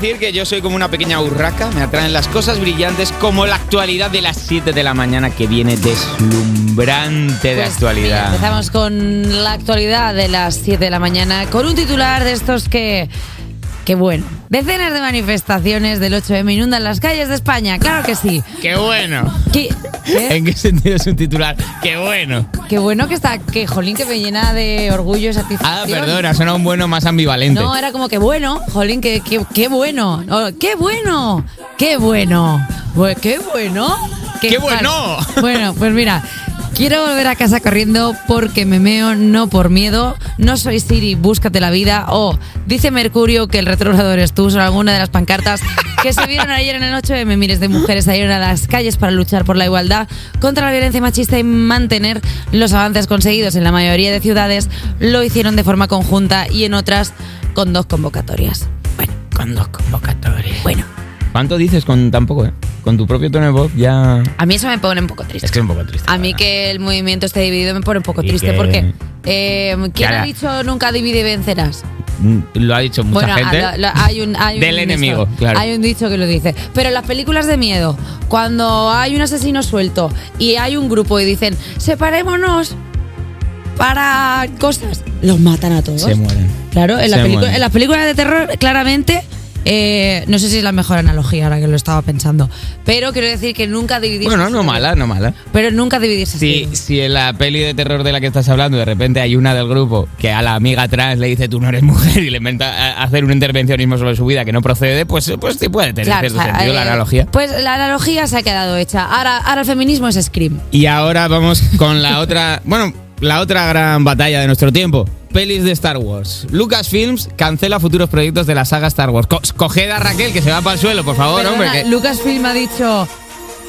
decir que yo soy como una pequeña urraca, me atraen las cosas brillantes como la actualidad de las 7 de la mañana que viene deslumbrante de Pues, mira, actualidad. empezamos con la actualidad de las 7 de la mañana, con un titular de estos que. que bueno. Decenas de manifestaciones del 8M inundan las calles de España, claro que sí. ¡Qué bueno! ¿Qué, qué- ¿En qué sentido es un titular? ¡Qué bueno! qué bueno que está, que jolín, que me llena de orgullo y satisfacción. Ah, perdona, suena un bueno más ambivalente. No, eh. era como que bueno, jolín, que, que- qué bueno, Oh, qué bueno, qué bueno, Bue- qué bueno. ¡Qué bueno! Bueno, pues mira, quiero volver a casa corriendo porque me meo, no por miedo, no soy Siri, búscate la vida, o dice Mercurio que el retrogrado eres tú, son alguna de las pancartas que se vieron ayer en el 8M. Miles de mujeres salieron a las calles para luchar por la igualdad contra la violencia machista y mantener los avances conseguidos en la mayoría de ciudades. Lo hicieron de forma conjunta y en otras con dos convocatorias. Bueno, Con los convocatorios. bueno. ¿Cuánto dices con tan poco, eh? Con tu propio tono de voz ya... A mí eso me pone un poco triste. Es que es un poco triste. A mí que el movimiento esté dividido me pone un poco Y triste que- porque eh, ¿quién Cara. ha dicho nunca divide y vencerás? Mm, Lo ha dicho mucha bueno, gente. a- lo- lo- hay un hay un Del esto, enemigo, claro. Hay un dicho que lo dice. Pero en las películas de miedo, cuando hay un asesino suelto y hay un grupo y dicen separémonos para cosas, los matan a todos. Se mueren. Claro, en, la Se pelicu- mueren. en las películas de terror, claramente. eh, no sé si es la mejor analogía ahora que lo estaba pensando, pero quiero decir que nunca dividirse. Bueno, no mala, no mala. Pero nunca dividirse. Si, así. si en la peli de terror de la que estás hablando de repente hay una del grupo que a la amiga trans le dice tú no eres mujer y le inventa a- hacer un intervencionismo sobre su vida que no procede, pues, pues sí puede tener cierto o sea, sentido la eh, analogía. Pues la analogía se ha quedado hecha. Ahora, ahora el feminismo es Scream. Y ahora vamos con la otra, bueno, la otra gran batalla de nuestro tiempo. Pelis de Star Wars. Lucasfilms cancela futuros proyectos de la saga Star Wars. Co- coged a Raquel que se va para el suelo, por favor, Perdona, hombre. que- Lucasfilm ha dicho: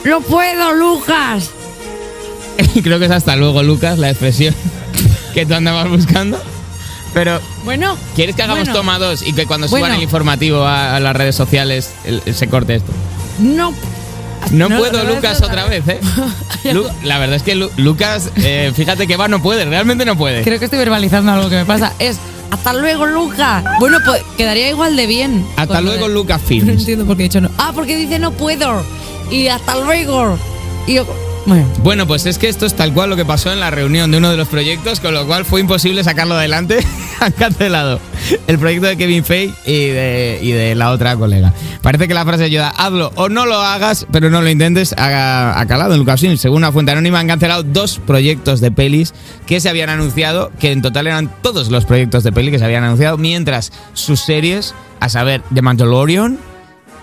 ¡No puedo, Lucas! Creo que es hasta luego, Lucas, la expresión que tú andabas buscando. Pero, Bueno. ¿quieres que hagamos bueno, toma dos y que cuando Bueno. suban el informativo a, a las redes sociales el- se corte esto? No. No, No, puedo, otra vez, Lucas, otra otra vez, ¿eh? Lu- la verdad es que Lu- Lucas, eh, fíjate que va, no puede, realmente no puede. Creo que estoy verbalizando algo que me pasa. Es: ¡Hasta luego, Lucas! Bueno, pues quedaría igual de bien. Hasta Con lo luego, de- Lucasfilms. Pues No entiendo por qué he dicho no. Ah, porque dice: No puedo. Y hasta luego. Y yo. Bueno. Bueno, pues es que esto es tal cual lo que pasó en la reunión de uno de los proyectos, con lo cual fue imposible sacarlo adelante. Han cancelado el proyecto de Kevin Feige y de, y de la otra colega. Parece que la frase ayuda, hazlo o no lo hagas, pero no lo intentes, ha, ha calado en Lucasfilm. Según una fuente anónima, han cancelado dos proyectos de pelis que se habían anunciado, que en total eran todos los proyectos de peli que se habían anunciado, mientras sus series, a saber, The Mandalorian,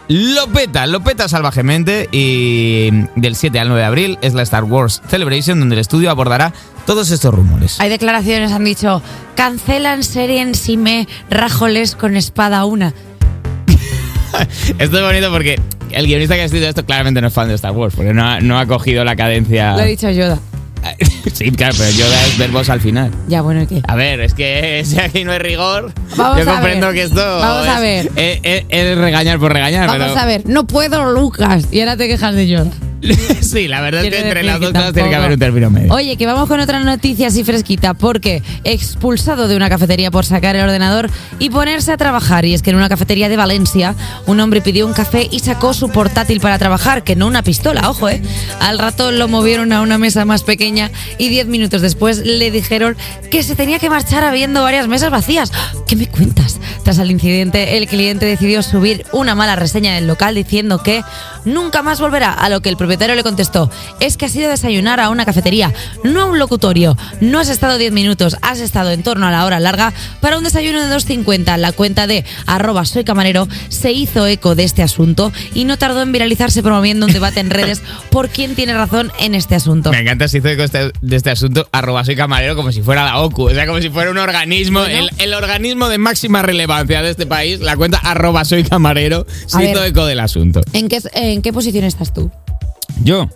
lo peta, lo peta salvajemente y del 7 al 9 de abril es la Star Wars Celebration donde el estudio abordará todos estos rumores. Hay declaraciones, han dicho, cancelan serie en si me rajoles con espada una. Esto es bonito porque el guionista que ha escrito esto claramente no es fan de Star Wars porque no ha, no ha cogido la cadencia... Lo ha dicho Yoda. sí, claro, pero Yoda es verbos al final. Ya, bueno, ¿y ¿qué? A ver, es que si aquí no hay rigor, Vamos yo a comprendo ver. que esto Vamos a es, ver. es- es- es regañar por regañar. Vamos Ah, pero- a ver, no puedo, Lucas. Y ahora te quejas de Yoda. sí, la verdad es Quiero que entre decir las que dos cosas tiene que tampoco. haber un término medio. Oye, que vamos con otra noticia así fresquita, porque expulsado de una cafetería por sacar el ordenador y ponerse a trabajar. Y es que en una cafetería de Valencia, un hombre pidió un café y sacó su portátil para trabajar, que no una pistola, ojo, ¿eh? Al rato lo movieron a una mesa más pequeña y diez minutos después le dijeron que se tenía que marchar habiendo varias mesas vacías. ¿Qué me cuentas? Tras el incidente, el cliente decidió subir una mala reseña del local diciendo que nunca más volverá, a lo que el propietario le contestó, es que has ido a desayunar a una cafetería, no a un locutorio, no has estado 10 minutos, has estado en torno a la hora larga para un desayuno de 2.50. La cuenta de arroba soy camarero se hizo eco de este asunto y no tardó en viralizarse promoviendo un debate en redes por quién tiene razón en este asunto. Me encanta si hizo eco este- de este asunto arroba soy camarero como si fuera la OCU, o sea, como si fuera un organismo, Bueno. el, el organismo de máxima relevancia de este país, la cuenta arroba soy camarero, A se hizo ver. eco del asunto. ¿En qué, ¿En qué posición estás tú? Yo,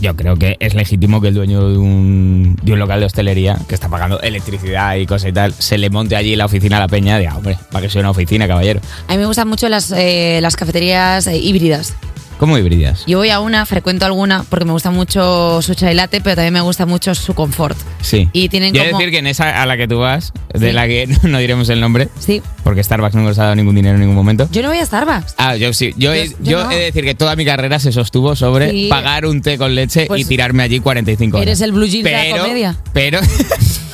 yo creo que es legítimo que el dueño de un, de un local de hostelería que está pagando electricidad y cosas y tal, se le monte allí la oficina a la peña, de hombre, para que sea una oficina, caballero. A mí me gustan mucho las, eh, las cafeterías eh, híbridas. ¿Cómo híbridas? Yo voy a una, frecuento alguna, porque me gusta mucho su chai latte, pero también me gusta mucho su confort. Sí. Y tienen Quiero como- decir que en esa a la que tú vas, de Sí. la que no diremos el nombre, Sí. porque Starbucks no nos ha dado ningún dinero en ningún momento. Yo no voy a Starbucks. Ah, yo sí. Yo, he- Yo- yo, yo no. he de decir que toda mi carrera se sostuvo sobre Sí. pagar un té con leche Pues y tirarme allí 45 horas. eres el blue jeans de la comedia. Pero.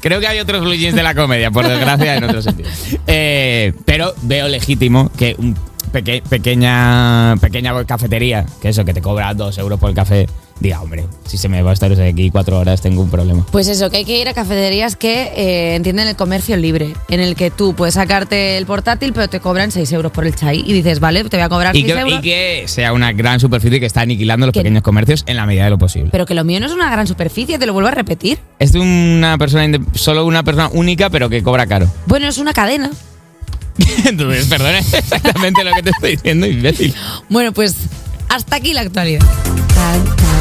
Creo que hay otros blue jeans de la comedia, por desgracia, en otro sentido. Eh, pero veo legítimo que un peque- pequeña, pequeña cafetería, que eso, que te cobra dos euros por el café, diga, hombre, si se me va a estar aquí cuatro horas, tengo un problema. Pues eso, que hay que ir a cafeterías que eh, entienden el comercio libre, en el que tú puedes sacarte el portátil, pero te cobran 6 euros por el chai. Y dices, vale, te voy a cobrar Y 6 que, euros. y que sea una gran superficie que está aniquilando los Que- pequeños comercios en la medida de lo posible. Pero que lo mío no es una gran superficie, te lo vuelvo a repetir. Es de una persona, inde- solo una persona única, pero que cobra caro. Bueno, es una cadena. Entonces, perdona es exactamente lo que te estoy diciendo, imbécil. Bueno, pues hasta aquí la actualidad. Tan, tan.